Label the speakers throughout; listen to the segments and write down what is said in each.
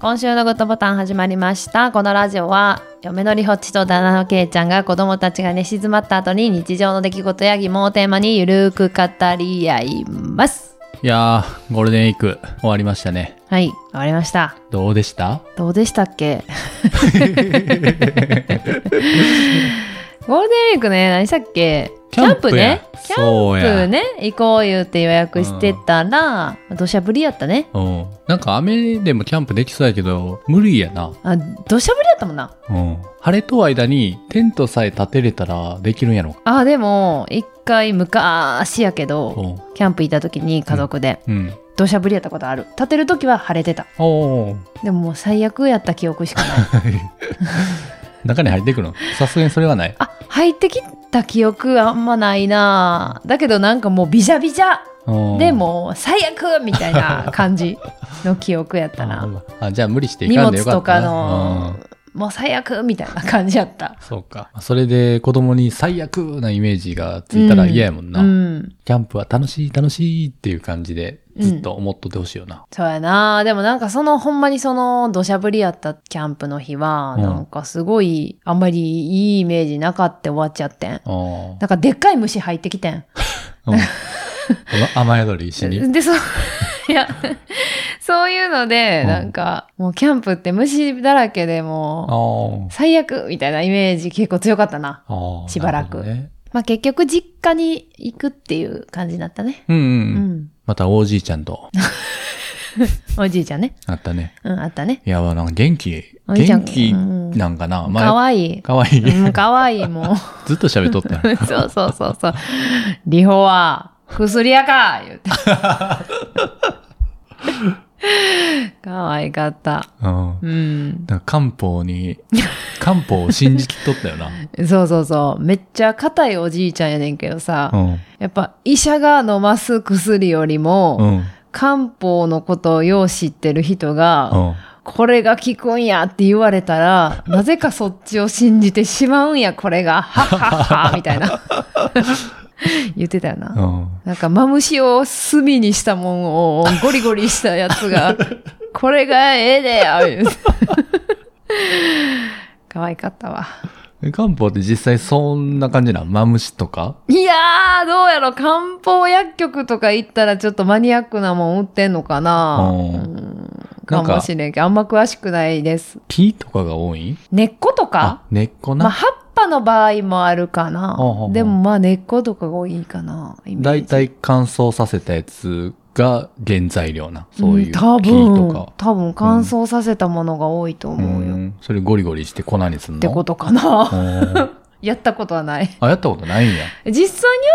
Speaker 1: 今週のグッドボタン始まりましたこのラジオは嫁のりほっちと旦那のけいちゃんが子供たちが寝静まった後に日常の出来事や疑問をテーマにゆるく語り合います
Speaker 2: いやー、ゴールデンウィーク終わりましたね。
Speaker 1: はい終わりました
Speaker 2: どうでした
Speaker 1: どうでしたっけゴールデンウィークね何したっけキャンプねキ
Speaker 2: そう
Speaker 1: ャンプ
Speaker 2: や。
Speaker 1: ね行こう言うて予約してたら土砂降りやったね
Speaker 2: うん。なんか雨でもキャンプできそうやけど、無理やな。
Speaker 1: あ土砂降りやったもんな
Speaker 2: うん。晴れと間にテントさえ立てれたらできるんやろ。
Speaker 1: あでも一回昔やけ
Speaker 2: う
Speaker 1: ど
Speaker 2: ん。
Speaker 1: キャンプ行った時に家族で
Speaker 2: うん。
Speaker 1: 土砂降りやったことある立てる時は晴れてた
Speaker 2: おー。
Speaker 1: でももう最悪やった記憶しか ない
Speaker 2: 中に入ってくるのさすがにそれはない。
Speaker 1: あ入ってきた記憶あんまないなだけどなんかもうビジャビジャ
Speaker 2: うん
Speaker 1: で、もう最悪みたいな感じの記憶やった
Speaker 2: あ
Speaker 1: な
Speaker 2: あ、じゃあ無理していかんでよかったな。
Speaker 1: 荷物とかの
Speaker 2: うん
Speaker 1: もう最悪みたいな感じやった
Speaker 2: そうか。それで子供に最悪なイメージがついたら嫌やもんな。
Speaker 1: うん
Speaker 2: キャンプは楽しい楽しいっていう感じでずっと思っとってほしいよな。
Speaker 1: そうやなでもなんかそのほんまにその土砂降りやったキャンプの日は、
Speaker 2: うん
Speaker 1: なんかすごいあんまりいいイメージなかって終わっちゃってん。
Speaker 2: あー
Speaker 1: なんかでっかい虫入ってきてん。
Speaker 2: うん雨宿りし に。
Speaker 1: で、そう、いや、そういうので、
Speaker 2: うん
Speaker 1: なんかもうキャンプって虫だらけでも
Speaker 2: あ
Speaker 1: う最悪みたいなイメージ結構強かったな。
Speaker 2: あ。
Speaker 1: しばらく
Speaker 2: なるほどね
Speaker 1: まあ結局実家に行くっていう感じになったね。
Speaker 2: うんうん
Speaker 1: う。
Speaker 2: うん
Speaker 1: ん。
Speaker 2: またおじいちゃんと
Speaker 1: おじいちゃんね。
Speaker 2: なったね。
Speaker 1: うん、あったね。
Speaker 2: いや、なんか元気、
Speaker 1: おじいちゃん
Speaker 2: 元気なんかな。
Speaker 1: か
Speaker 2: あ、
Speaker 1: わいい。
Speaker 2: かわいい。
Speaker 1: うん、かわいい、もう。
Speaker 2: ずっと喋っとったよ
Speaker 1: そうそうそうそう。リホは、薬屋か言う て。可愛かった。
Speaker 2: うん。
Speaker 1: うん。
Speaker 2: なんか漢方に、漢方を信じきっとった よな。
Speaker 1: そうそうそう。めっちゃ硬いおじいちゃんやねんけどさ、
Speaker 2: うん。
Speaker 1: やっぱ医者が飲ます薬より
Speaker 2: う
Speaker 1: も、
Speaker 2: ん。
Speaker 1: 漢方のことをよう知ってる人が、
Speaker 2: うん。
Speaker 1: これが効くんやって言われた ら、なぜかそっちを信じてしまうんや、これが。はっはっ は、みたいな。言ってたよな。
Speaker 2: うん。
Speaker 1: なんか、マムシを炭にしたもんをゴリゴリしたやつ が、これがええでや、言うて 可愛かったわ。
Speaker 2: え漢方って実際そんな感じなんマムシとか
Speaker 1: いやー、どうやろ、漢方薬局とか行ったらちょっとマニアックなもん売ってんのかな
Speaker 2: うん
Speaker 1: うん
Speaker 2: な
Speaker 1: か
Speaker 2: んか
Speaker 1: もしれんけど、あんま詳しくないです。
Speaker 2: 木とかが多い
Speaker 1: 根っことか
Speaker 2: あ、根っこ
Speaker 1: まあ、
Speaker 2: な。
Speaker 1: 葉っぱの場合もあるか
Speaker 2: ほうほう
Speaker 1: な
Speaker 2: ほ。う
Speaker 1: でもまあ、根っことかが多いかな。イメージ
Speaker 2: だいたい乾燥させたやつが原材料な。そういう木
Speaker 1: 多
Speaker 2: と
Speaker 1: 分
Speaker 2: か。
Speaker 1: 多分乾燥させたものが多いと
Speaker 2: う
Speaker 1: 思うよ。っ
Speaker 2: ん。それゴリゴリして粉にすんの
Speaker 1: てことかな。
Speaker 2: うん
Speaker 1: やったことはない。
Speaker 2: あ、やったことないんや。
Speaker 1: 実際にや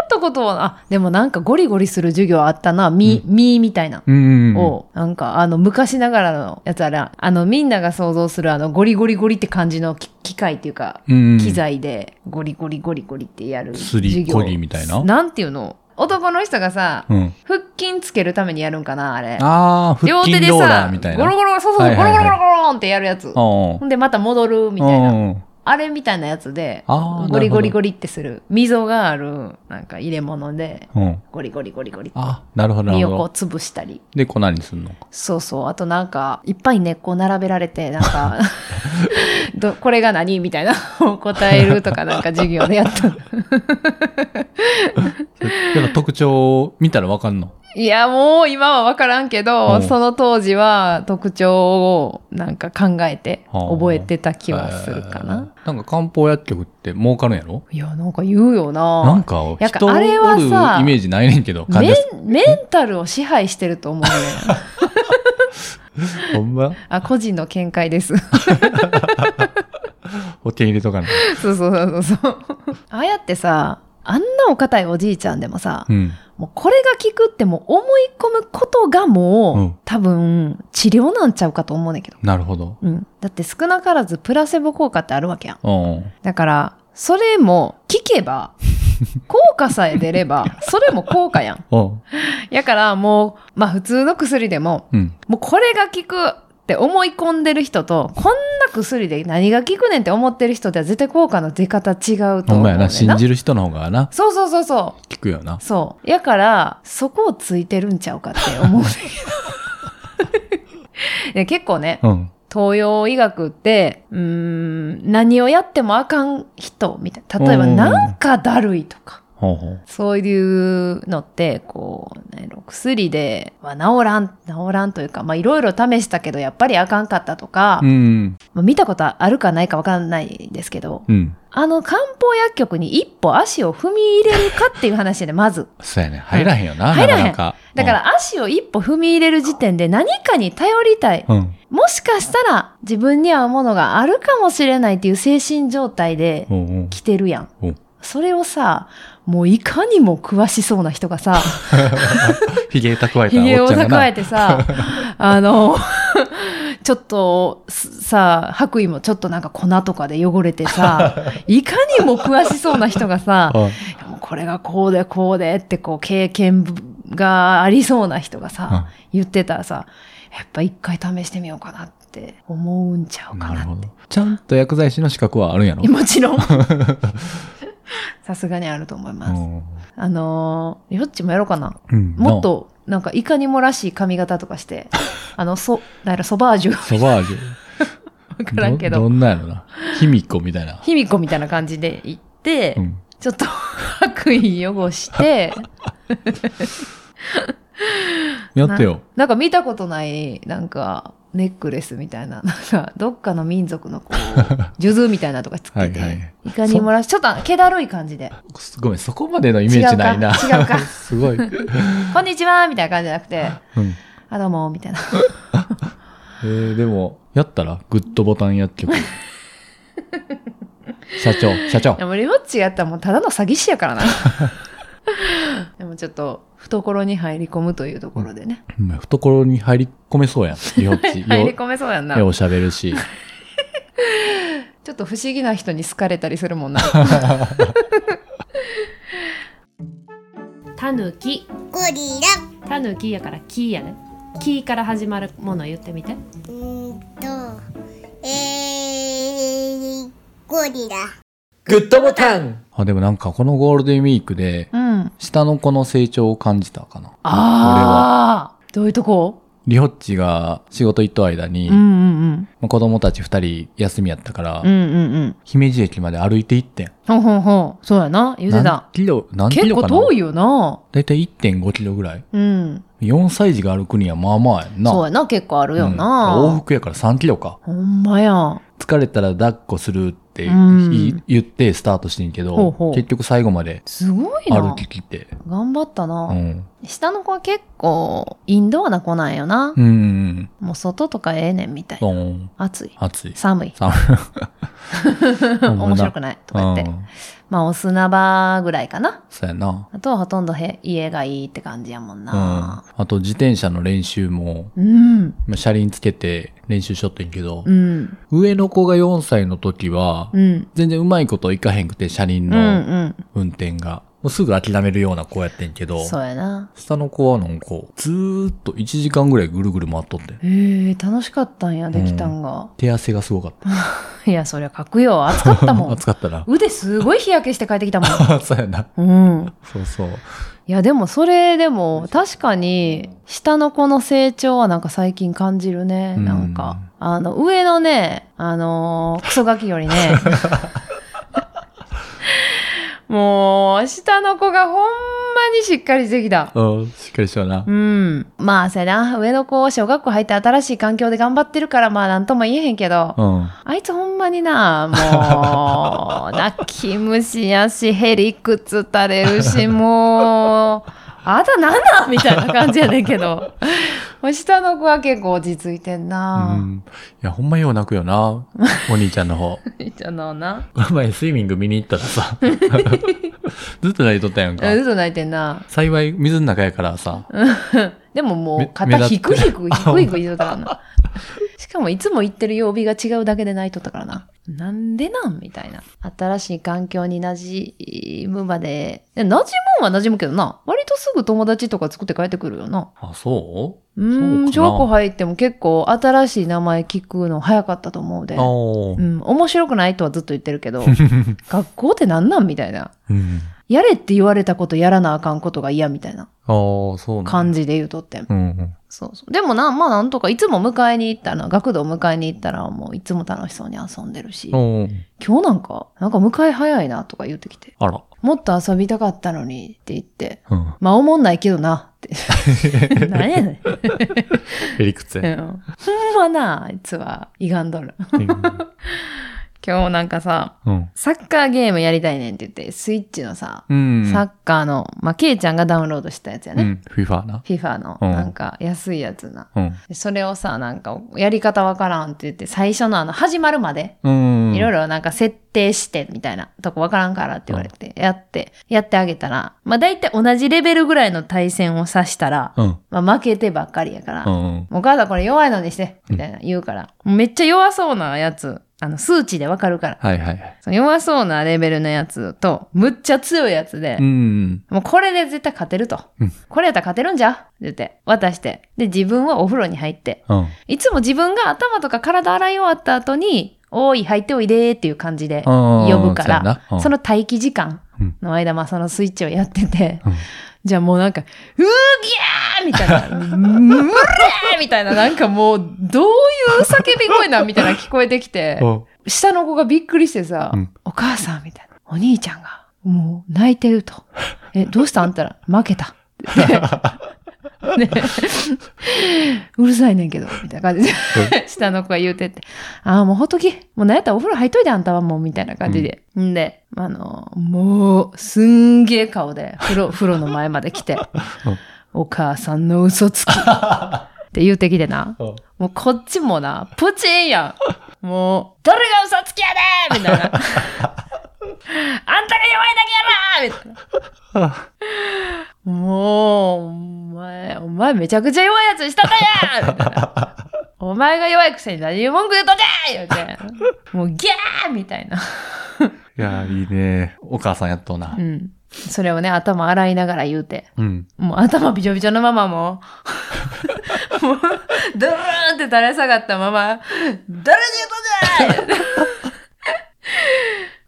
Speaker 1: ったことは、あ、でもなんかゴリゴリする授業あったな。み、みみたいな。
Speaker 2: うん。
Speaker 1: を、なんかあの昔ながらのやつあら、あのみんなが想像するあのゴリゴリゴリって感じのき機械っていうか、
Speaker 2: うん。
Speaker 1: 機材でゴリゴリゴリゴリってやる
Speaker 2: す
Speaker 1: 授業。
Speaker 2: りこりみたいな
Speaker 1: なんていうの男の人がさ、
Speaker 2: うん。
Speaker 1: 腹筋つけるためにやるんかな、あれ。
Speaker 2: あー、
Speaker 1: 両
Speaker 2: 腹
Speaker 1: 手
Speaker 2: 筋
Speaker 1: で
Speaker 2: ローラ
Speaker 1: さ
Speaker 2: ーみたい、な。
Speaker 1: ゴロゴロ、そうそう、ゴ
Speaker 2: は
Speaker 1: ロ
Speaker 2: い
Speaker 1: ゴ
Speaker 2: はい
Speaker 1: ロ
Speaker 2: はい
Speaker 1: ゴロゴロンってやるやつ。ほ
Speaker 2: ロ
Speaker 1: んで、また戻るみ
Speaker 2: うん。
Speaker 1: たいな。
Speaker 2: うん。
Speaker 1: あれみたいなやつで、
Speaker 2: あー
Speaker 1: ゴリゴリ
Speaker 2: なるほ
Speaker 1: ゴリってする。溝がある、なんか入れ物で、
Speaker 2: どうん。
Speaker 1: ゴリゴリゴリゴリって。
Speaker 2: あ、なるほど、な
Speaker 1: 身
Speaker 2: る
Speaker 1: を
Speaker 2: ほ
Speaker 1: こう
Speaker 2: ど。
Speaker 1: 潰したり。
Speaker 2: で、粉にすんの。
Speaker 1: そうそう。あとなんか、いっぱいね、こう並べられて、なん か、どこれが何みたいなのを答えるとかなんか授業でや った。
Speaker 2: やっぱ特徴を見たらわかんの。
Speaker 1: いや、もう今はわからんけ
Speaker 2: う
Speaker 1: ど、
Speaker 2: ん
Speaker 1: その当時は特徴をなんか考えて、
Speaker 2: はあ
Speaker 1: 覚えてた気はするかな。
Speaker 2: えー。なんか漢方薬局って儲かるんやろ
Speaker 1: いや、なんか言うよ
Speaker 2: なん
Speaker 1: な。
Speaker 2: か
Speaker 1: やっぱ
Speaker 2: 人
Speaker 1: あれは
Speaker 2: おるイ
Speaker 1: さ
Speaker 2: メージないねんけど、患
Speaker 1: メ
Speaker 2: 者
Speaker 1: ンメンタルを支配してると思うね。
Speaker 2: さんほんま
Speaker 1: あ、個人の見解です。
Speaker 2: お手入れとかの。
Speaker 1: そうそうそうそう。ああやってさ、あんなお堅いおじいちゃんでもさ、
Speaker 2: うん。
Speaker 1: もうこれが効くってもう思い込むことがもう、
Speaker 2: うん
Speaker 1: 多分治療なんちゃうかと思うねんけど。
Speaker 2: なるほど。
Speaker 1: うん。だって少なからずプラセボ効果ってあるわけやん。
Speaker 2: うん。
Speaker 1: だから、それも聞け ば、効果さえ出れば、それも効果やん。
Speaker 2: うん。
Speaker 1: やからもう、まあ普通の薬でも、
Speaker 2: うん。
Speaker 1: もうこれが効くって思い込んでる人と、こんな薬で何が効くねんって思ってる人では絶対効果の出方違うと
Speaker 2: ほ
Speaker 1: 思
Speaker 2: ん
Speaker 1: う
Speaker 2: ま
Speaker 1: ね
Speaker 2: や
Speaker 1: ん
Speaker 2: な。
Speaker 1: な。
Speaker 2: 信じる人の方がな、
Speaker 1: そうそうそうそう。
Speaker 2: 聞くよな。
Speaker 1: そう。やから、そこをついてるんちゃうかって思うねんけど。で結構ね、
Speaker 2: うん。
Speaker 1: 東洋医学って、うーん、何をやってもあかん人みたいな。例えば、
Speaker 2: うん
Speaker 1: なんかだるいとか。
Speaker 2: ほうほう。
Speaker 1: そういうのって、こう、なんやろ薬では治らん、治らんというか、まあいろいろ試したけど、やっぱりあかんかったとか、
Speaker 2: うん。
Speaker 1: まあ見たことあるかないかわかんないですけど、
Speaker 2: うん。
Speaker 1: あの漢方薬局に一歩足を踏み入れるかっていう話で、まず。
Speaker 2: そうやね。入らへんよな、
Speaker 1: 入
Speaker 2: な
Speaker 1: らへん
Speaker 2: かなか。
Speaker 1: だから足を一歩踏み入れる時点で何かに頼りたい。
Speaker 2: うん、うん。
Speaker 1: もしかしたら自分に合うものがあるかもしれないっていう精神状態で
Speaker 2: うんうん。
Speaker 1: 来てるやん
Speaker 2: うん。
Speaker 1: それをさ、もういかにも詳しそうな人が さ、
Speaker 2: ひげ蓄え
Speaker 1: ひげ
Speaker 2: たお
Speaker 1: を
Speaker 2: っちゃん
Speaker 1: 蓄
Speaker 2: が
Speaker 1: え
Speaker 2: な。
Speaker 1: てさ、あの、 ちょっと、すさ、白衣もちょっとなんか粉とかで汚れて さ、いかにも詳しそうな人がさ、
Speaker 2: うん
Speaker 1: いやもうこれがこうでこうでってこう経験がありそうな人がさ、言ってたらさ、やっぱ一回試してみようかなって思うんちゃうか
Speaker 2: なる
Speaker 1: な
Speaker 2: ほ
Speaker 1: って
Speaker 2: ど。ちゃんと薬剤師の資格はあるんやろ。
Speaker 1: もち ろん。 さすがにあると思います。あのー、よっちもやろうかな。
Speaker 2: うん
Speaker 1: もっ。と、なんか、いかにもらしい髪型とか して、あの、そ、なんやろ、ソバージュ
Speaker 2: なソバージュ。
Speaker 1: わからんけど、
Speaker 2: どんなやろな。卑弥呼みたいな。
Speaker 1: 卑弥呼みたいな感じで行って、
Speaker 2: うん。
Speaker 1: ちょっと白衣汚 して、
Speaker 2: やってよ。
Speaker 1: なんか見たことない、なんか、ネックレスみたいな、なんか、どっかの民族のこう、数珠みたいなとかつけて、
Speaker 2: はい
Speaker 1: い
Speaker 2: はい
Speaker 1: かにもらし、ちょっと気だるい感じで、
Speaker 2: す ごめん、そこまでのイメージないな。
Speaker 1: 違 うか違うか
Speaker 2: すごい。うん
Speaker 1: こんにちはみたいな感じじゃなくて、あ、どうも、みたいな。
Speaker 2: えーでも、やったらグッドボタン 薬局。社長、社長
Speaker 1: で。もリモッチがやったらもうただの詐欺師や からな。でもちょっと懐に入り込むというところでね。
Speaker 2: お前懐に入り込めそうやん。 りょっち。
Speaker 1: 入り込めそうやんな。
Speaker 2: よ
Speaker 1: ち
Speaker 2: うしゃべるし。
Speaker 1: ょっと不思議な人に好かれたりするもんな。たぬき。
Speaker 3: ゴリラ。
Speaker 1: たぬきやからきやね。きから始まるもの言ってみて。
Speaker 3: うーんと、えー、ゴリラ。
Speaker 4: グッドボタン
Speaker 2: あ、でもなんかこのゴールデンウィークで、
Speaker 1: うん。
Speaker 2: 下の子の成長を感じたかな。
Speaker 1: ああ。どういうとこ
Speaker 2: リホッチが仕事行った間に、
Speaker 1: うんうん
Speaker 2: まあ子供たち二人休みやったから、
Speaker 1: うん。うんうんうん。
Speaker 2: 姫路駅まで歩いて行ってん。
Speaker 1: ほんほんほん。そうやな。言うて
Speaker 2: 何
Speaker 1: た。
Speaker 2: キロ、何キ
Speaker 1: 結
Speaker 2: ロか
Speaker 1: 構
Speaker 2: な
Speaker 1: 遠いよな。
Speaker 2: だいたい1.5キロぐらい。
Speaker 1: うん。
Speaker 2: 4歳児が歩くにはまあまあやんな。
Speaker 1: そうやな。結構あるよな。
Speaker 2: うん往復やから3キロか。
Speaker 1: ほんまやん。
Speaker 2: 疲れたら抱っこするってい
Speaker 1: うん
Speaker 2: 言ってスタートしてんけど、
Speaker 1: ほうほう
Speaker 2: 結局最後まです
Speaker 1: ごい
Speaker 2: 歩
Speaker 1: な。
Speaker 2: ききって。
Speaker 1: 頑張った
Speaker 2: う
Speaker 1: な。
Speaker 2: ん。
Speaker 1: 下の子は結構、インドアな子なんよな
Speaker 2: う。ん。
Speaker 1: もう外とかええねんみたいな。
Speaker 2: うん。
Speaker 1: 暑い。
Speaker 2: 暑い。
Speaker 1: 寒 い。
Speaker 2: 寒 い。
Speaker 1: 面白くない。とか言って。
Speaker 2: うん
Speaker 1: まあ、お砂場ぐらいかな。
Speaker 2: そうやな。
Speaker 1: あとはほとんどへ家がいいって感じやもん
Speaker 2: うん。あ
Speaker 1: な。
Speaker 2: と自転車の練習も、
Speaker 1: うん。
Speaker 2: まあ車輪つけて練習しとってんけど
Speaker 1: う、ん。
Speaker 2: 上の子が4歳の時は
Speaker 1: うん。う、ん。
Speaker 2: 全然うまいこといかへんくて、車輪
Speaker 1: う
Speaker 2: の
Speaker 1: ん。
Speaker 2: 運転が。もうすぐ諦めるような子やってんけど、
Speaker 1: そうやな。
Speaker 2: 下の子はなんか、ずーっと1時間ぐらいぐるぐる回っとって。
Speaker 1: へえ、楽しかったんや、できたんが。
Speaker 2: 手汗がすごかった。
Speaker 1: いや、そりゃ書くよ。暑かったもん。
Speaker 2: 暑かったな。
Speaker 1: 腕すごい日焼けして帰ってきた も
Speaker 2: そうやな。
Speaker 1: ん。うん。
Speaker 2: そうそう。
Speaker 1: いやでもそれでも確かに下の子の成長はなんか最近感じるね。
Speaker 2: うん
Speaker 1: なんか、あの上のね、あのークソガキよりね、もう下の子がほんまにしっかりしてきた。
Speaker 2: うん、しっかりしような
Speaker 1: う。ん。まあせやな、上の子小学校入って新しい環境で頑張ってるからまあなんとも言えへんけど、
Speaker 2: うん。
Speaker 1: あいつほんまにな、もう、泣き虫やし、へりくつ垂れるし、もう、あなたなんだみたいな感じやねんけど。もう下の子は結構落ち着いてん
Speaker 2: う
Speaker 1: な。
Speaker 2: ん。いや、ほんまよう泣く よな。お兄ちゃんの方。
Speaker 1: いいじゃのな。
Speaker 2: この前スイミング見に行ったら さ、ずっと泣いとったやんか。
Speaker 1: ずっと泣いてんな。
Speaker 2: 幸い水の中やからさ、
Speaker 1: でもも
Speaker 2: め
Speaker 1: う、肩
Speaker 2: 目立
Speaker 1: ひ
Speaker 2: って
Speaker 1: くひく、ひくひく言いとったからな。しかもいつも行ってる曜日が違うだけで泣いとったからな。なんでなんみたいな。新しい環境に馴染むまで。で馴染むんは馴染むけどな。割とすぐ友達とか作って帰ってくるよな。
Speaker 2: あ、そうそうか
Speaker 1: ん、
Speaker 2: な
Speaker 1: 小学校入っても結構新しい名前聞くの早かったと思うで
Speaker 2: う。
Speaker 1: う
Speaker 2: おー
Speaker 1: ん、面白くないとはずっと言ってるけど、学校ってなんなんみたいな。
Speaker 2: うん。
Speaker 1: いやれって言われたことやらなあかんことが嫌みたいな
Speaker 2: ああ、そうなんだ。
Speaker 1: 感じで言うとってん。
Speaker 2: うんうん。
Speaker 1: そうそう。でもな、まあなんとか、いつも迎えに行ったら、学童迎えに行ったら、もういつも楽しそうに遊んでるし、今
Speaker 2: おー
Speaker 1: 日なんか、なんか迎え早いなとか言ってきて、
Speaker 2: あら。
Speaker 1: もっと遊びたかったのにって言って、
Speaker 2: うん。
Speaker 1: まあ思んないけどな って。何やね
Speaker 2: えりくつ
Speaker 1: ん。う
Speaker 2: や。
Speaker 1: んほんまな、あいつは、いがんどる。今日なんかさ、
Speaker 2: うん。
Speaker 1: サッカーゲームやりたいねんって言って、スイッチのさ、
Speaker 2: うん。
Speaker 1: サッカーの、まあ、ケイちゃんがダウンロードしたやつや
Speaker 2: う
Speaker 1: ね。
Speaker 2: ん。フィファな。
Speaker 1: FIFA の、
Speaker 2: うん
Speaker 1: なんか、安いやつな。
Speaker 2: うん。
Speaker 1: でそれをさ、なんか、やり方わからんって言って、最初のあの、始まるまで、
Speaker 2: うん。
Speaker 1: いろい
Speaker 2: ろ。
Speaker 1: ろなんか設定して、みたいな、とこわからんからって言われて、やって、やってあげたら、まあ大体同じレベルぐらいの対戦をさしたら、
Speaker 2: うん。
Speaker 1: まあ負けてばっかりやから、
Speaker 2: う
Speaker 1: も
Speaker 2: んうん。
Speaker 1: うお母さんこれ弱いのにして、みたいな言うから、もうめっちゃ弱そうなやつ、あの、数値でわかるから、
Speaker 2: はいはい。
Speaker 1: その弱そうなレベルのやつと、むっちゃ強いやつで
Speaker 2: う、ん。
Speaker 1: もうこれで絶対勝てると。
Speaker 2: うん
Speaker 1: これやったら勝てるんじゃって言って、渡して。で、自分はお風呂に入って。
Speaker 2: うん。
Speaker 1: いつも自分が頭とか体洗い終わった後に、おーい、入っておいでーっていう感じで
Speaker 2: 呼
Speaker 1: 呼ぶから、そ
Speaker 2: その、
Speaker 1: の待機時間
Speaker 2: うん
Speaker 1: の間、まあそのスイッチをやってて、
Speaker 2: うん
Speaker 1: じゃあもうなんか、うーぎゃーみたいな、 むれーみたいな、なんかもう、どういう叫び声なんみたいな聞こえてき て、
Speaker 2: うん
Speaker 1: 下の子がびっくりしてさ、
Speaker 2: うん
Speaker 1: お母さんみたいな。お兄ちゃんが、もう泣いてると。え、どうしたあんたら、負けた。 ね、うるさいねんけど、みたいな感じで、下の子が言うてって、ああ、もうほっとき、もうなんやったらお風呂入っといて、あんたはもう、みたいな感じで。んで、あの、もう、すんげえ顔で、風呂、風呂の前まで来て、お母さんの嘘 つき。って言うてきてな。
Speaker 2: うん
Speaker 1: もうこっちもな、プチンやん。もう、誰が嘘つきやねんみたいな。あんたが弱いだけやろみたいな。もう、お前、お前めちゃくちゃ弱いやつにしたったやんみたいなお前が弱いくせに何言う文句言うとんじゃいみたいな。もうギャーみたいな。
Speaker 2: いやー、いいね。お母さんやっとうな
Speaker 1: う。ん。それをね、頭洗いながら言うて。
Speaker 2: うん。
Speaker 1: もう頭びちょびちょのままもう、もう、ドゥーンって垂れ下がったまま、誰に言ったんじゃい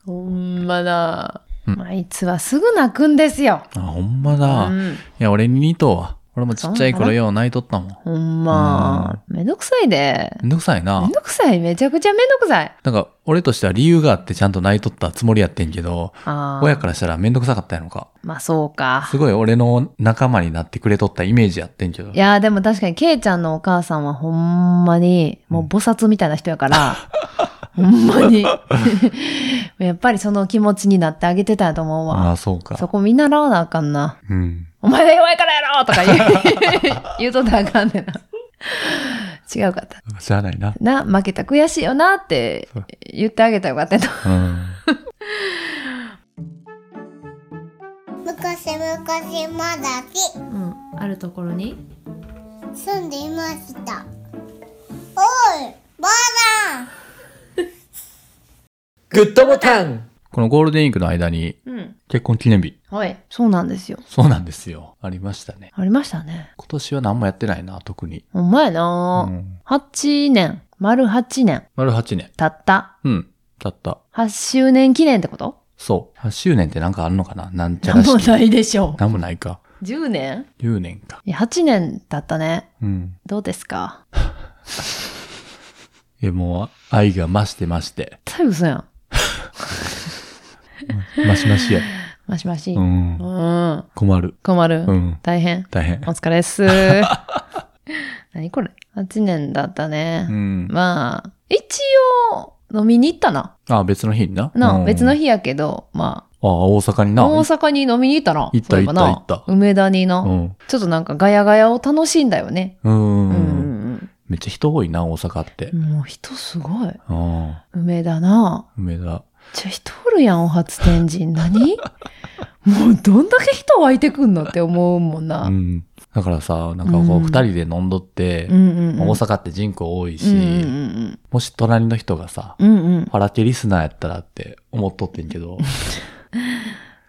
Speaker 1: ほんまな、
Speaker 2: うん
Speaker 1: まあ、いつはすぐ泣くんですよ。
Speaker 2: あ、ほんま
Speaker 1: う
Speaker 2: だ。い
Speaker 1: ん、
Speaker 2: や、俺に似とうわ。俺もちっちゃい頃よう泣いとったもん。
Speaker 1: ほんま、めんどくさいで。
Speaker 2: めんどくさい
Speaker 1: め。
Speaker 2: なん
Speaker 1: どくさい、めちゃくちゃめんどくさい。
Speaker 2: なんか、俺としては理由があってちゃんと泣いとったつもりやってんけど、
Speaker 1: あ
Speaker 2: 親
Speaker 1: あ、
Speaker 2: からしたらめんどくさかったやろか。
Speaker 1: まあそうか。
Speaker 2: すごい俺の仲間になってくれとったイメージやってんけど
Speaker 1: い。やーでも確かに、ケイちゃんのお母さんはほんまに、もう菩薩みたいな人やから、 ほんまに。 やっぱりその気持ちになってあげてたんやと思う
Speaker 2: あ
Speaker 1: わ。
Speaker 2: あ、そうか。
Speaker 1: そこ見習わなあかんな。
Speaker 2: うん。
Speaker 1: お前が弱いからやろとか言う 言うとったらあかんねんな。違うかった。
Speaker 2: しゃあないな。
Speaker 1: な、負けた悔しいよなって
Speaker 2: そう
Speaker 1: 言ってあげたらよかったと。
Speaker 2: うん。
Speaker 3: 昔昔まだし
Speaker 1: うん。あるところに
Speaker 3: 住んでいましたおいばあさん
Speaker 4: グッドボタン
Speaker 2: このゴールデンウィークの間に
Speaker 1: うん。
Speaker 2: 結婚記念日。
Speaker 1: はい。そうなんですよ。
Speaker 2: そうなんですよ。ありましたね。
Speaker 1: ありましたね。
Speaker 2: 今年は何もやってないな、特に。
Speaker 1: ほんまや
Speaker 2: う
Speaker 1: な、
Speaker 2: ん。
Speaker 1: 8年、丸8年、
Speaker 2: 丸8年。
Speaker 1: たった。
Speaker 2: うん。たった。
Speaker 1: 8周年記念ってこと
Speaker 2: そう。8周年ってなんかあるのかななんちゃ
Speaker 1: 何
Speaker 2: ら
Speaker 1: も
Speaker 2: 式。
Speaker 1: ないでし ょ
Speaker 2: なんもないか。
Speaker 1: う。10年
Speaker 2: 10年か。
Speaker 1: いや、8年経ったね。
Speaker 2: うん。
Speaker 1: どうですか
Speaker 2: え、もう、愛が増して増して。
Speaker 1: 絶対嘘やん。
Speaker 2: 増し増しや。
Speaker 1: マシマシ。
Speaker 2: う
Speaker 1: うん。
Speaker 2: ん。困る。
Speaker 1: 困る。
Speaker 2: うん。
Speaker 1: 大変。
Speaker 2: 大変
Speaker 1: お。疲れっ す。何これ ?8 年だったね
Speaker 2: う。ん。
Speaker 1: まあ、一応、飲みに行ったな。
Speaker 2: あ、別の日にな。
Speaker 1: な、
Speaker 2: うん
Speaker 1: 別の。日やけど、ま
Speaker 2: あ、大阪に
Speaker 1: あ、
Speaker 2: な。
Speaker 1: 大阪に飲みに行ったな。
Speaker 2: 行った
Speaker 1: そういえばな
Speaker 2: 行った行った
Speaker 1: 梅田にな、
Speaker 2: うん。
Speaker 1: ちょっとなんかガヤガヤを楽しんだよね。
Speaker 2: う。
Speaker 1: うんん
Speaker 2: めっちゃ人多いな、大阪って
Speaker 1: うんう。ん。もう人すごい。
Speaker 2: うん。
Speaker 1: 梅田な。
Speaker 2: 梅田。
Speaker 1: じゃ人おるやん、お初天神。 何もうどんだけ人湧いてくんのって思うもんな。
Speaker 2: う
Speaker 1: うん
Speaker 2: ん。だからさ、なんかこ
Speaker 1: うん
Speaker 2: う、二人で飲んどって、
Speaker 1: うんうん。
Speaker 2: 大阪って人口多い
Speaker 1: う
Speaker 2: し、
Speaker 1: ん
Speaker 2: もし隣の人がさ、
Speaker 1: うんうん。うんうん
Speaker 2: ファラケリスナーやったらって思っとってん けど、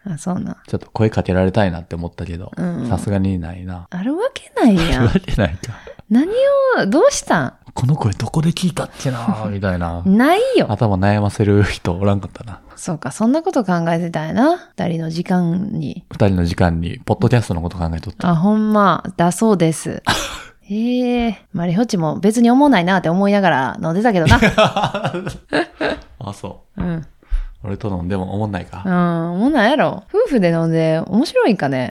Speaker 1: あ、そうな。
Speaker 2: ちょっと声かけられたいなって思ったけど
Speaker 1: うん、
Speaker 2: さすがにないな。
Speaker 1: あるわけないや
Speaker 2: 言わ
Speaker 1: ん。
Speaker 2: れてないか。
Speaker 1: 何を、どうしたん。
Speaker 2: この声どこで聞いたっけなみたいな
Speaker 1: ないよ。
Speaker 2: 頭悩ませる人おらんかったな。
Speaker 1: そうか、そんなこと考えてたんやな。二人の時間に。
Speaker 2: 二人の時間に、ポッドキャストのこと考え とった。
Speaker 1: あ、ほんま、だそう です。へえ、マリホッチも別に思わないなって思いながら飲んでたけ どな。
Speaker 2: あ、そ
Speaker 1: うん。
Speaker 2: う。俺と飲んでも思んないか。
Speaker 1: うん、もうなんやろ。夫婦で飲んで面白いんかね。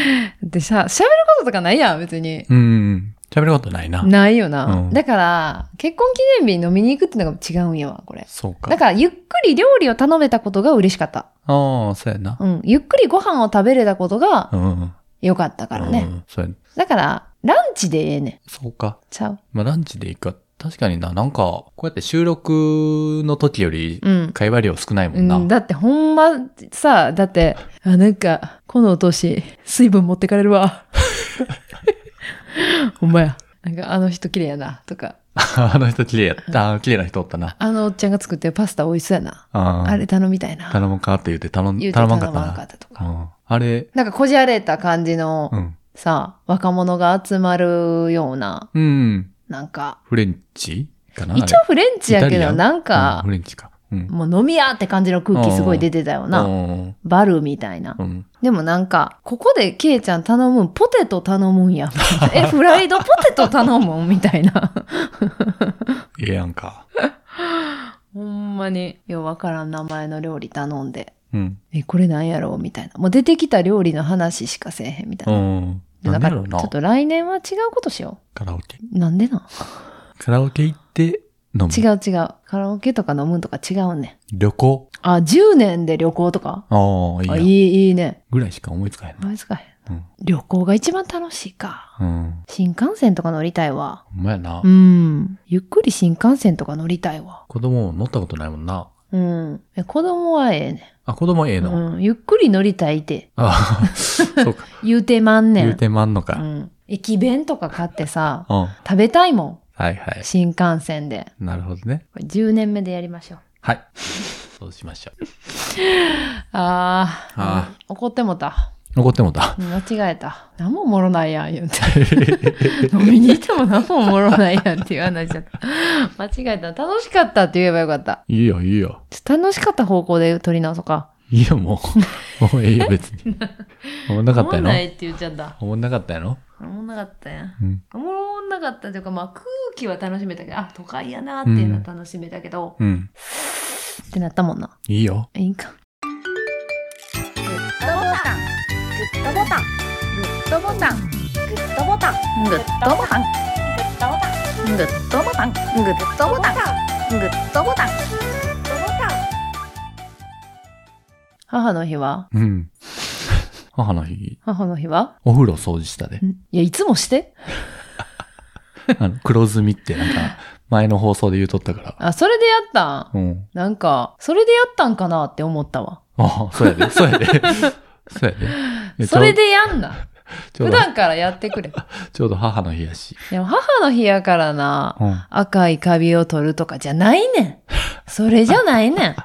Speaker 1: でさ、喋ることとかないやん、別に。
Speaker 2: うん。喋ることないな。
Speaker 1: ないよな。
Speaker 2: うん
Speaker 1: だから、結婚記念日に飲みに行くってのが違うんやわ、これ。
Speaker 2: そうか。
Speaker 1: だから、ゆっくり料理を頼めたことが嬉しかった。
Speaker 2: ああ、そうやな。
Speaker 1: うん。ゆっくりご飯を食べれたことが
Speaker 2: うんうん。
Speaker 1: 良かったからね。
Speaker 2: うん。そうや
Speaker 1: だから、ランチでええねん。
Speaker 2: そうか。
Speaker 1: ちゃう。
Speaker 2: まあ、ランチで行くか。確かにな、なんか、こうやって収録の時より
Speaker 1: うん、
Speaker 2: 会話量少ないもんな。
Speaker 1: うん、だってほんまさ、だって、あ、なんか、このお通し、水分持ってかれる わ。ほんまや。なんか、あの人綺麗やな、とか、
Speaker 2: あの人綺麗やった。あー綺麗な人おったな。
Speaker 1: あのおっちゃんが作ってるパスタ美味しそうやな。
Speaker 2: あー
Speaker 1: あれ頼みたいな。
Speaker 2: 頼むかって言って頼ん、
Speaker 1: 言うて
Speaker 2: 頼まんかった
Speaker 1: 頼まんか
Speaker 2: な
Speaker 1: ったと。
Speaker 2: うんあれ、
Speaker 1: なんか、こじゃれた感じの、
Speaker 2: うん。
Speaker 1: さ、若者が集まるような、
Speaker 2: うん。
Speaker 1: なんか、
Speaker 2: フレンチかな
Speaker 1: 一応フレンチやけ
Speaker 2: イタリア
Speaker 1: ど、
Speaker 2: ン
Speaker 1: なん
Speaker 2: うん
Speaker 1: か
Speaker 2: フ、レンチか。うん。
Speaker 1: もう飲み屋って感じの空気すごい出てたよ
Speaker 2: う
Speaker 1: な。
Speaker 2: ん
Speaker 1: バルみたいな
Speaker 2: う。ん。
Speaker 1: でもなんか、ここでケイちゃん頼むん、ポテト頼むんや。 え、フライドポテト頼むんみたいな。
Speaker 2: ええやんか。
Speaker 1: ほんまに、ようわからん名前の料理頼んで。
Speaker 2: うん。
Speaker 1: え、これなんやろうみたいな。もう出てきた料理の話しかせえへんみた
Speaker 2: う
Speaker 1: いな。
Speaker 2: ん。
Speaker 1: で
Speaker 2: なん
Speaker 1: か
Speaker 2: だ
Speaker 1: ら
Speaker 2: ろうな
Speaker 1: ちょっ。と来年は違うことしよ
Speaker 2: カラオケ。
Speaker 1: う。なんでなん
Speaker 2: カラオケ行って飲む。
Speaker 1: 違う違う。カラオケとか飲むんとか違うねん。
Speaker 2: 旅行。
Speaker 1: あ、10年で旅行とか
Speaker 2: ああ、いい
Speaker 1: あ
Speaker 2: や
Speaker 1: いい、いいね。
Speaker 2: ぐらいしか思いつかへんな。
Speaker 1: 思いつかへん
Speaker 2: うん
Speaker 1: 旅行が一番楽しいか。
Speaker 2: うん。
Speaker 1: 新幹線とか乗りたいわ。
Speaker 2: ほんまやな
Speaker 1: う。ん。ゆっくり新幹線とか乗りたいわ。
Speaker 2: 子供乗ったことないもんな。
Speaker 1: うん。え子供はええね
Speaker 2: あ、子供ええ
Speaker 1: ん。
Speaker 2: の。
Speaker 1: うん。ゆっくり乗りたいって
Speaker 2: ああ、そうか。
Speaker 1: 言うてまんねん。
Speaker 2: 言うてまんの
Speaker 1: う
Speaker 2: か。
Speaker 1: ん。駅弁とか買ってさ、
Speaker 2: うん。は
Speaker 1: 食べたいもん。
Speaker 2: いはい。
Speaker 1: 新幹線で。
Speaker 2: なるほどね。
Speaker 1: これ10年目でやりましょう。
Speaker 2: はい。 そうしましょう。
Speaker 1: あー
Speaker 2: あ
Speaker 1: うん怒ってもた。
Speaker 2: 残ってもうた。
Speaker 1: うん間違えた。何もおもろないやん、言う て。飲みに行っても何もおもろないやんっていう話だった。間違えた。楽しかったって言えばよかった。
Speaker 2: いいよ、いいよ。
Speaker 1: ちょっと楽しかった方向で取り直そうか。
Speaker 2: いいよ、もう。 もうええよ、別に。おもんなかった
Speaker 1: お
Speaker 2: や
Speaker 1: もろない
Speaker 2: ろ
Speaker 1: って言っちゃった。
Speaker 2: おもんなかったやろ
Speaker 1: おもんなかったやん。
Speaker 2: うん。
Speaker 1: おもろなかったというか、まあ空気は楽しめたけど、あ、都会やなっていうのは楽しめたけど、
Speaker 2: うん。
Speaker 1: ってなったもんな。
Speaker 2: いいよ。
Speaker 1: いいんか。
Speaker 3: グッドボタングッドボタングッドボタングッドボタングッドボタングッドボタングッドボタングッドボタングッドボタン
Speaker 1: 母の日は
Speaker 2: うん。 母の日、
Speaker 1: 母の日は
Speaker 2: お風呂掃除したで
Speaker 1: ん。いや、いつもして。
Speaker 2: あの、黒ずみってなんか、前の放送で言うとったから。
Speaker 1: あ、それでやったん。
Speaker 2: うん。
Speaker 1: なんか、それでやったんかなって思ったわ。
Speaker 2: ああ、そうやで、そう やで。そうやでいや。
Speaker 1: それでやんな。
Speaker 2: ちょう
Speaker 1: 普
Speaker 2: ど、
Speaker 1: 段からやってくれ。
Speaker 2: ちょうど母の日やし。
Speaker 1: でも母の日やからな、
Speaker 2: うん。
Speaker 1: 赤いカビを取るとかじゃないねん。それじゃないねん。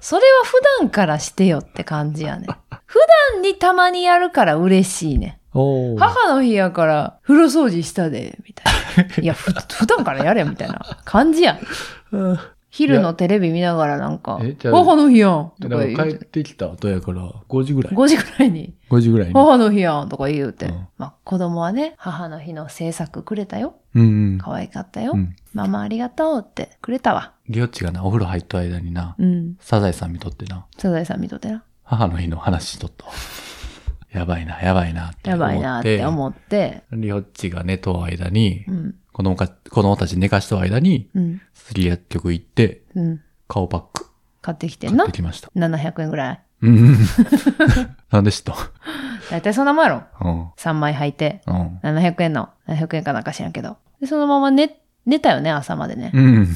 Speaker 1: それは普段からしてよって感じやねん。普段にたまにやるから嬉しいねん。
Speaker 2: おお。
Speaker 1: 母の日やから、風呂掃除したで、みたい な。いや、ふ、普段からやれ、みたいな感じやん。昼のテレビ見ながらなんか
Speaker 2: え、じゃあ
Speaker 1: 母の日やんと
Speaker 2: だ
Speaker 1: か
Speaker 2: か
Speaker 1: 言
Speaker 2: ら
Speaker 1: う。
Speaker 2: 帰っててきた後やから、5時ぐらい。
Speaker 1: 5時くらいに、
Speaker 2: 5時ぐらいに。
Speaker 1: 母の日やんとか言うて。
Speaker 2: うん
Speaker 1: まあ、子供はね、母の日の制作くれたよ。
Speaker 2: うん
Speaker 1: 可愛かったよ。
Speaker 2: うん。
Speaker 1: ママありがとうってくれたわ。
Speaker 2: りょっちがな、お風呂入った間にな、
Speaker 1: うん。
Speaker 2: サザエさん見とってな、
Speaker 1: サザエさん見とってな。
Speaker 2: 母の日の話しとったわ。 やばいな、やばいなって
Speaker 1: や
Speaker 2: 思っ
Speaker 1: ば
Speaker 2: て。
Speaker 1: いなって思って。
Speaker 2: りょっちが寝とう間に
Speaker 1: う、ん。
Speaker 2: 子供か、子供たち寝かしとう間に、
Speaker 1: うん。
Speaker 2: 薬薬局行って、
Speaker 1: うん。
Speaker 2: 顔パック
Speaker 1: 買ってきてん
Speaker 2: 買
Speaker 1: な
Speaker 2: って。きました。
Speaker 1: 700円ぐらい。
Speaker 2: うん。 なんで知った
Speaker 1: だいたいそんなもんやろ。
Speaker 2: うん。
Speaker 1: 3枚履いて。
Speaker 2: うん。
Speaker 1: 700円の、700円かなんか知らんけど。で、そのまま寝、寝たよね、朝までね。
Speaker 2: うん。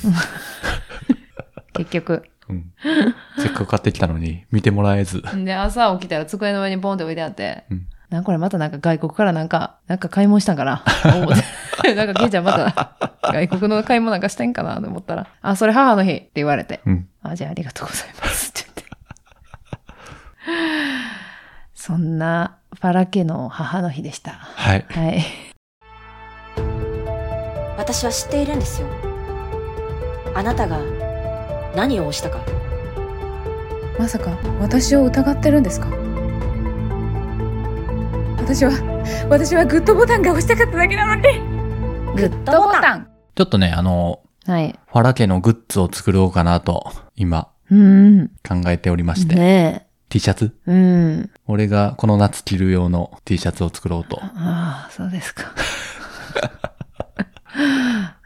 Speaker 1: 結局。
Speaker 2: うん。せっかく買ってきたのに、見てもらえず。
Speaker 1: で、朝起きたら机の上にポンって置いてあって、
Speaker 2: うん
Speaker 1: なんかこれまたなんか外国からなんか、なんか買い物したんか な思って なんかケイちゃんまた外国の買い物なんかしてんかなと思ったら、あ、それ母の日って言われて、
Speaker 2: うん。
Speaker 1: あ、じゃあありがとうございますって 言って。そんな、パラ家の母の日でした。
Speaker 2: はい。
Speaker 1: はい。
Speaker 5: 私は知っているんですよあなたが何を押したか
Speaker 6: まさか私を疑ってるんですか私は私はグッドボタンが押したかっただけなのに
Speaker 3: グッドボタン
Speaker 2: ちょっとね、あの、
Speaker 1: はい。
Speaker 2: ファラ家のグッズを作ろうかなと、今、
Speaker 1: うん。
Speaker 2: 考えておりまして。
Speaker 1: ね
Speaker 2: T シャツ
Speaker 1: え。うん。
Speaker 2: 俺がこの夏着る用の T シャツを作ろうと。
Speaker 1: ああ、そうです か。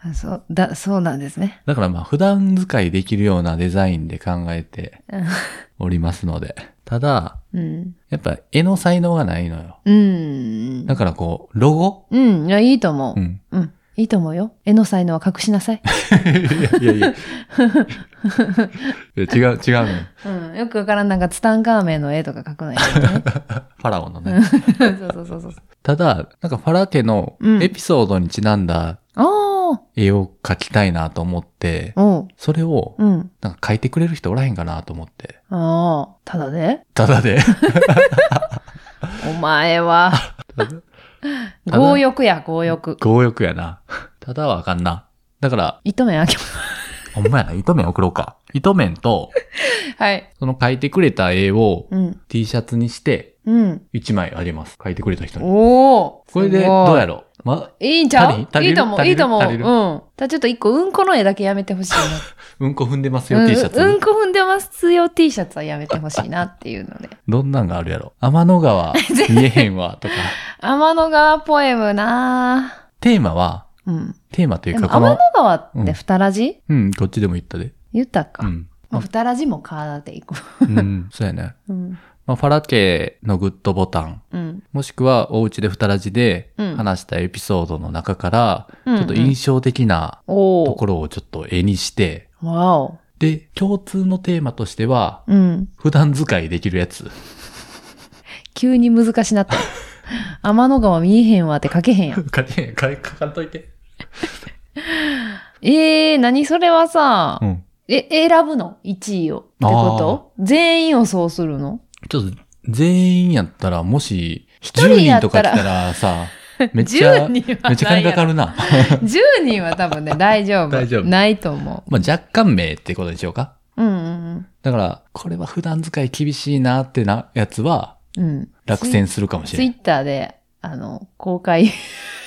Speaker 1: あそう、だ、そうなんですね。
Speaker 2: だからまあ普段使いできるようなデザインで考えておりますので。ただ、
Speaker 1: うん。
Speaker 2: やっぱ絵の才能がないのよ。
Speaker 1: うん。
Speaker 2: だからこう、ロゴ
Speaker 1: うん。いや、いいと思う。
Speaker 2: う
Speaker 1: うん。
Speaker 2: ん。
Speaker 1: いいと思うよ。絵の才能は隠しなさい。
Speaker 2: い やいやいや。いや違う、違うのよ。
Speaker 1: うん。よくわからん、なんかツタンカーメンの絵とか描くのやけど ね。
Speaker 2: ファラオのね。
Speaker 1: そうそうそうそう。
Speaker 2: ただ、なんかファラ家のエピソードにちなんだ
Speaker 1: あ
Speaker 2: 絵を描きたいなと思って
Speaker 1: あ、、おう。
Speaker 2: それを
Speaker 1: うん。
Speaker 2: なんか描いてくれる人おらへんかなと思って。
Speaker 1: ああ、ただね。
Speaker 2: ただで。
Speaker 1: お前 は。
Speaker 2: だ
Speaker 1: 強欲や、強欲。
Speaker 2: 強欲やな。ただはあかんな。だから、
Speaker 1: 糸目あきま
Speaker 2: ほんまやな、糸面送ろうか。糸面と、
Speaker 1: はい。
Speaker 2: その描いてくれた絵を
Speaker 1: うん。
Speaker 2: T シャツにして、
Speaker 1: うん。
Speaker 2: 1枚あげます。描いてくれた人に。
Speaker 1: おお。
Speaker 2: これです
Speaker 1: ごい
Speaker 2: どうやろうま、
Speaker 1: いいんちゃう
Speaker 2: 足り
Speaker 1: いいと思
Speaker 2: 足
Speaker 1: う、
Speaker 2: りる
Speaker 1: いいと思う。う
Speaker 2: 足りる
Speaker 1: ん。ただちょっと一個、うんこの絵だけやめてほしい
Speaker 2: うんこ踏んでます
Speaker 1: な。
Speaker 2: よ、
Speaker 1: うん
Speaker 2: T シャツ。
Speaker 1: うんこ踏んでますよ T シャツはやめてほしいなっていう ので。
Speaker 2: どんなんがあるやろ天の 川見えへんわ、とか。
Speaker 1: 天の川ポエムな
Speaker 2: テーマは、
Speaker 1: ぁ。うん。
Speaker 2: テーマとい
Speaker 1: で
Speaker 2: う
Speaker 1: も
Speaker 2: か、こ
Speaker 1: 天の
Speaker 2: の、
Speaker 1: 川って二ラジ、
Speaker 2: うん、こっちでも言ったで。
Speaker 1: 言ったか。
Speaker 2: うん。
Speaker 1: まあ、二ラジも川で行こ
Speaker 2: うん、そうやね。
Speaker 1: う。うん。
Speaker 2: まあ、ファラ家のグッドボタン、
Speaker 1: うん。
Speaker 2: もしくはお家で二ラジで
Speaker 1: うん
Speaker 2: 話したエピソードの中から、
Speaker 1: うんうん
Speaker 2: ちょっと印象的な
Speaker 1: お
Speaker 2: と
Speaker 1: お。
Speaker 2: ころをちょっと絵にして、
Speaker 1: わお。
Speaker 2: で、共通のテーマとしては、
Speaker 1: うん。
Speaker 2: 普段使いできるやつ。
Speaker 1: 急に難しな った。天の川見えへんわって書けへんやん。
Speaker 2: 書けん、書書 かんといて。
Speaker 1: ええー、何それはさ、
Speaker 2: うん。
Speaker 1: え、選ぶの ?1 位を。ってこと全員をそうするの
Speaker 2: ちょっと、全員やったら、もし、
Speaker 1: 人
Speaker 2: 10
Speaker 1: や
Speaker 2: 人
Speaker 1: った
Speaker 2: とから来たらさ、めっち ゃ、め
Speaker 1: 10
Speaker 2: っち
Speaker 1: 人は
Speaker 2: ゃ
Speaker 1: ないや
Speaker 2: 金か
Speaker 1: ろ
Speaker 2: かる な。
Speaker 1: 10人は多分ね、大丈夫。
Speaker 2: 大丈夫
Speaker 1: ないと思
Speaker 2: まあ、若干名ってことにしようか。
Speaker 1: う。うんうん
Speaker 2: だから、これは普段使い厳しいなってな、やつは、
Speaker 1: うん。うん。
Speaker 2: 落選するかもし
Speaker 1: ツ
Speaker 2: れ
Speaker 1: イ
Speaker 2: ない。
Speaker 1: ッターで、あの、公開。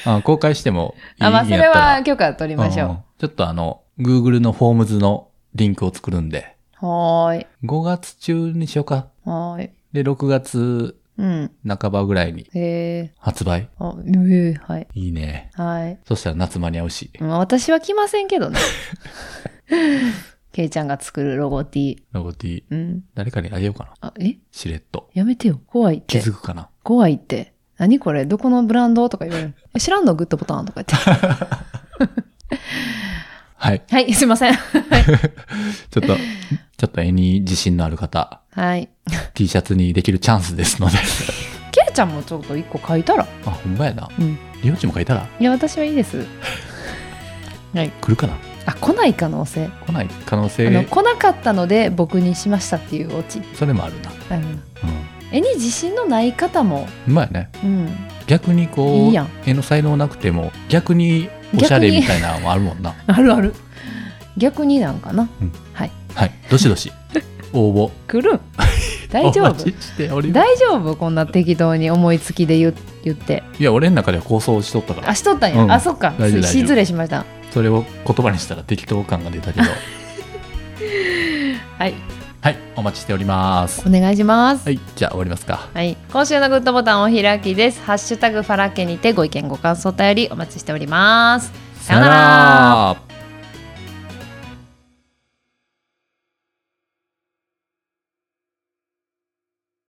Speaker 2: あ公開してもいいん
Speaker 1: あ、
Speaker 2: や
Speaker 1: まあ、
Speaker 2: っ
Speaker 1: そ
Speaker 2: た
Speaker 1: れ
Speaker 2: ら
Speaker 1: は許可取りまし
Speaker 2: うん
Speaker 1: ょ
Speaker 2: ちょっとあの、Google のフォームズのリンクを作るんで、
Speaker 1: う。はーい。
Speaker 2: 5月中にしようか。
Speaker 1: はーい。
Speaker 2: で、6月
Speaker 1: うん。
Speaker 2: 半ばぐらいに
Speaker 1: へえ。
Speaker 2: 発売。
Speaker 1: あ、うえはい。
Speaker 2: いいね。
Speaker 1: はい。
Speaker 2: そしたら夏間に合うし、
Speaker 1: まあ、私は来ませんけどね。ケイちゃんが作るロゴ T。
Speaker 2: ロゴ T、
Speaker 1: うん。
Speaker 2: 誰かにあげようかな。
Speaker 1: あ、え
Speaker 2: しれっと。
Speaker 1: やめてよ。怖いっ
Speaker 2: 気
Speaker 1: て
Speaker 2: づ。くかな。
Speaker 1: 怖いって。何これどこのブランドとか言われる。え知らんのグッドボタンとか言 って。
Speaker 2: はい。
Speaker 1: はい、すいません。
Speaker 2: ちょっ と、ちょっと絵に自信のある方、
Speaker 1: はい。
Speaker 2: T シャツにできるチャンスです ので。
Speaker 1: ケイちゃんもちょっと一個書いたら。
Speaker 2: あ、ほんまやな。
Speaker 1: うん
Speaker 2: リオチも書いたら
Speaker 1: いや、私はいいです。
Speaker 2: 来るかな
Speaker 1: あ、来ない可能性。
Speaker 2: 来ない可能
Speaker 1: あの
Speaker 2: 性、
Speaker 1: 来なかったので僕にしましたっていうオチ、
Speaker 2: それもあるな。うん。
Speaker 1: うん、絵に自信のない方も、
Speaker 2: ほんまやね。
Speaker 1: うん、
Speaker 2: 逆にこ
Speaker 1: いういやん
Speaker 2: 絵の才能なくても逆におしゃれみたいなのもあるもんな
Speaker 1: あるある逆になんかな
Speaker 2: はいどし どし応募
Speaker 1: 来る大丈
Speaker 2: お
Speaker 1: 夫
Speaker 2: 待ちしております
Speaker 1: 大丈夫こんな適当に思いつきで言う言って
Speaker 2: いや俺の中では構想しとったか
Speaker 1: あ
Speaker 2: ら
Speaker 1: しとったんや、
Speaker 2: うん
Speaker 1: あそっか
Speaker 2: 大丈夫大丈夫
Speaker 1: 失礼しました
Speaker 2: それを言葉にしたら適当感が出たけど
Speaker 1: はい
Speaker 2: はいお待ちしております
Speaker 1: お願いします
Speaker 2: はいじゃあ終わりますか
Speaker 1: はい、今週のグッドボタンお開きですハッシュタグファラケにてご意見ご感想お便りお待ちしておりますさようなら
Speaker 2: さようなら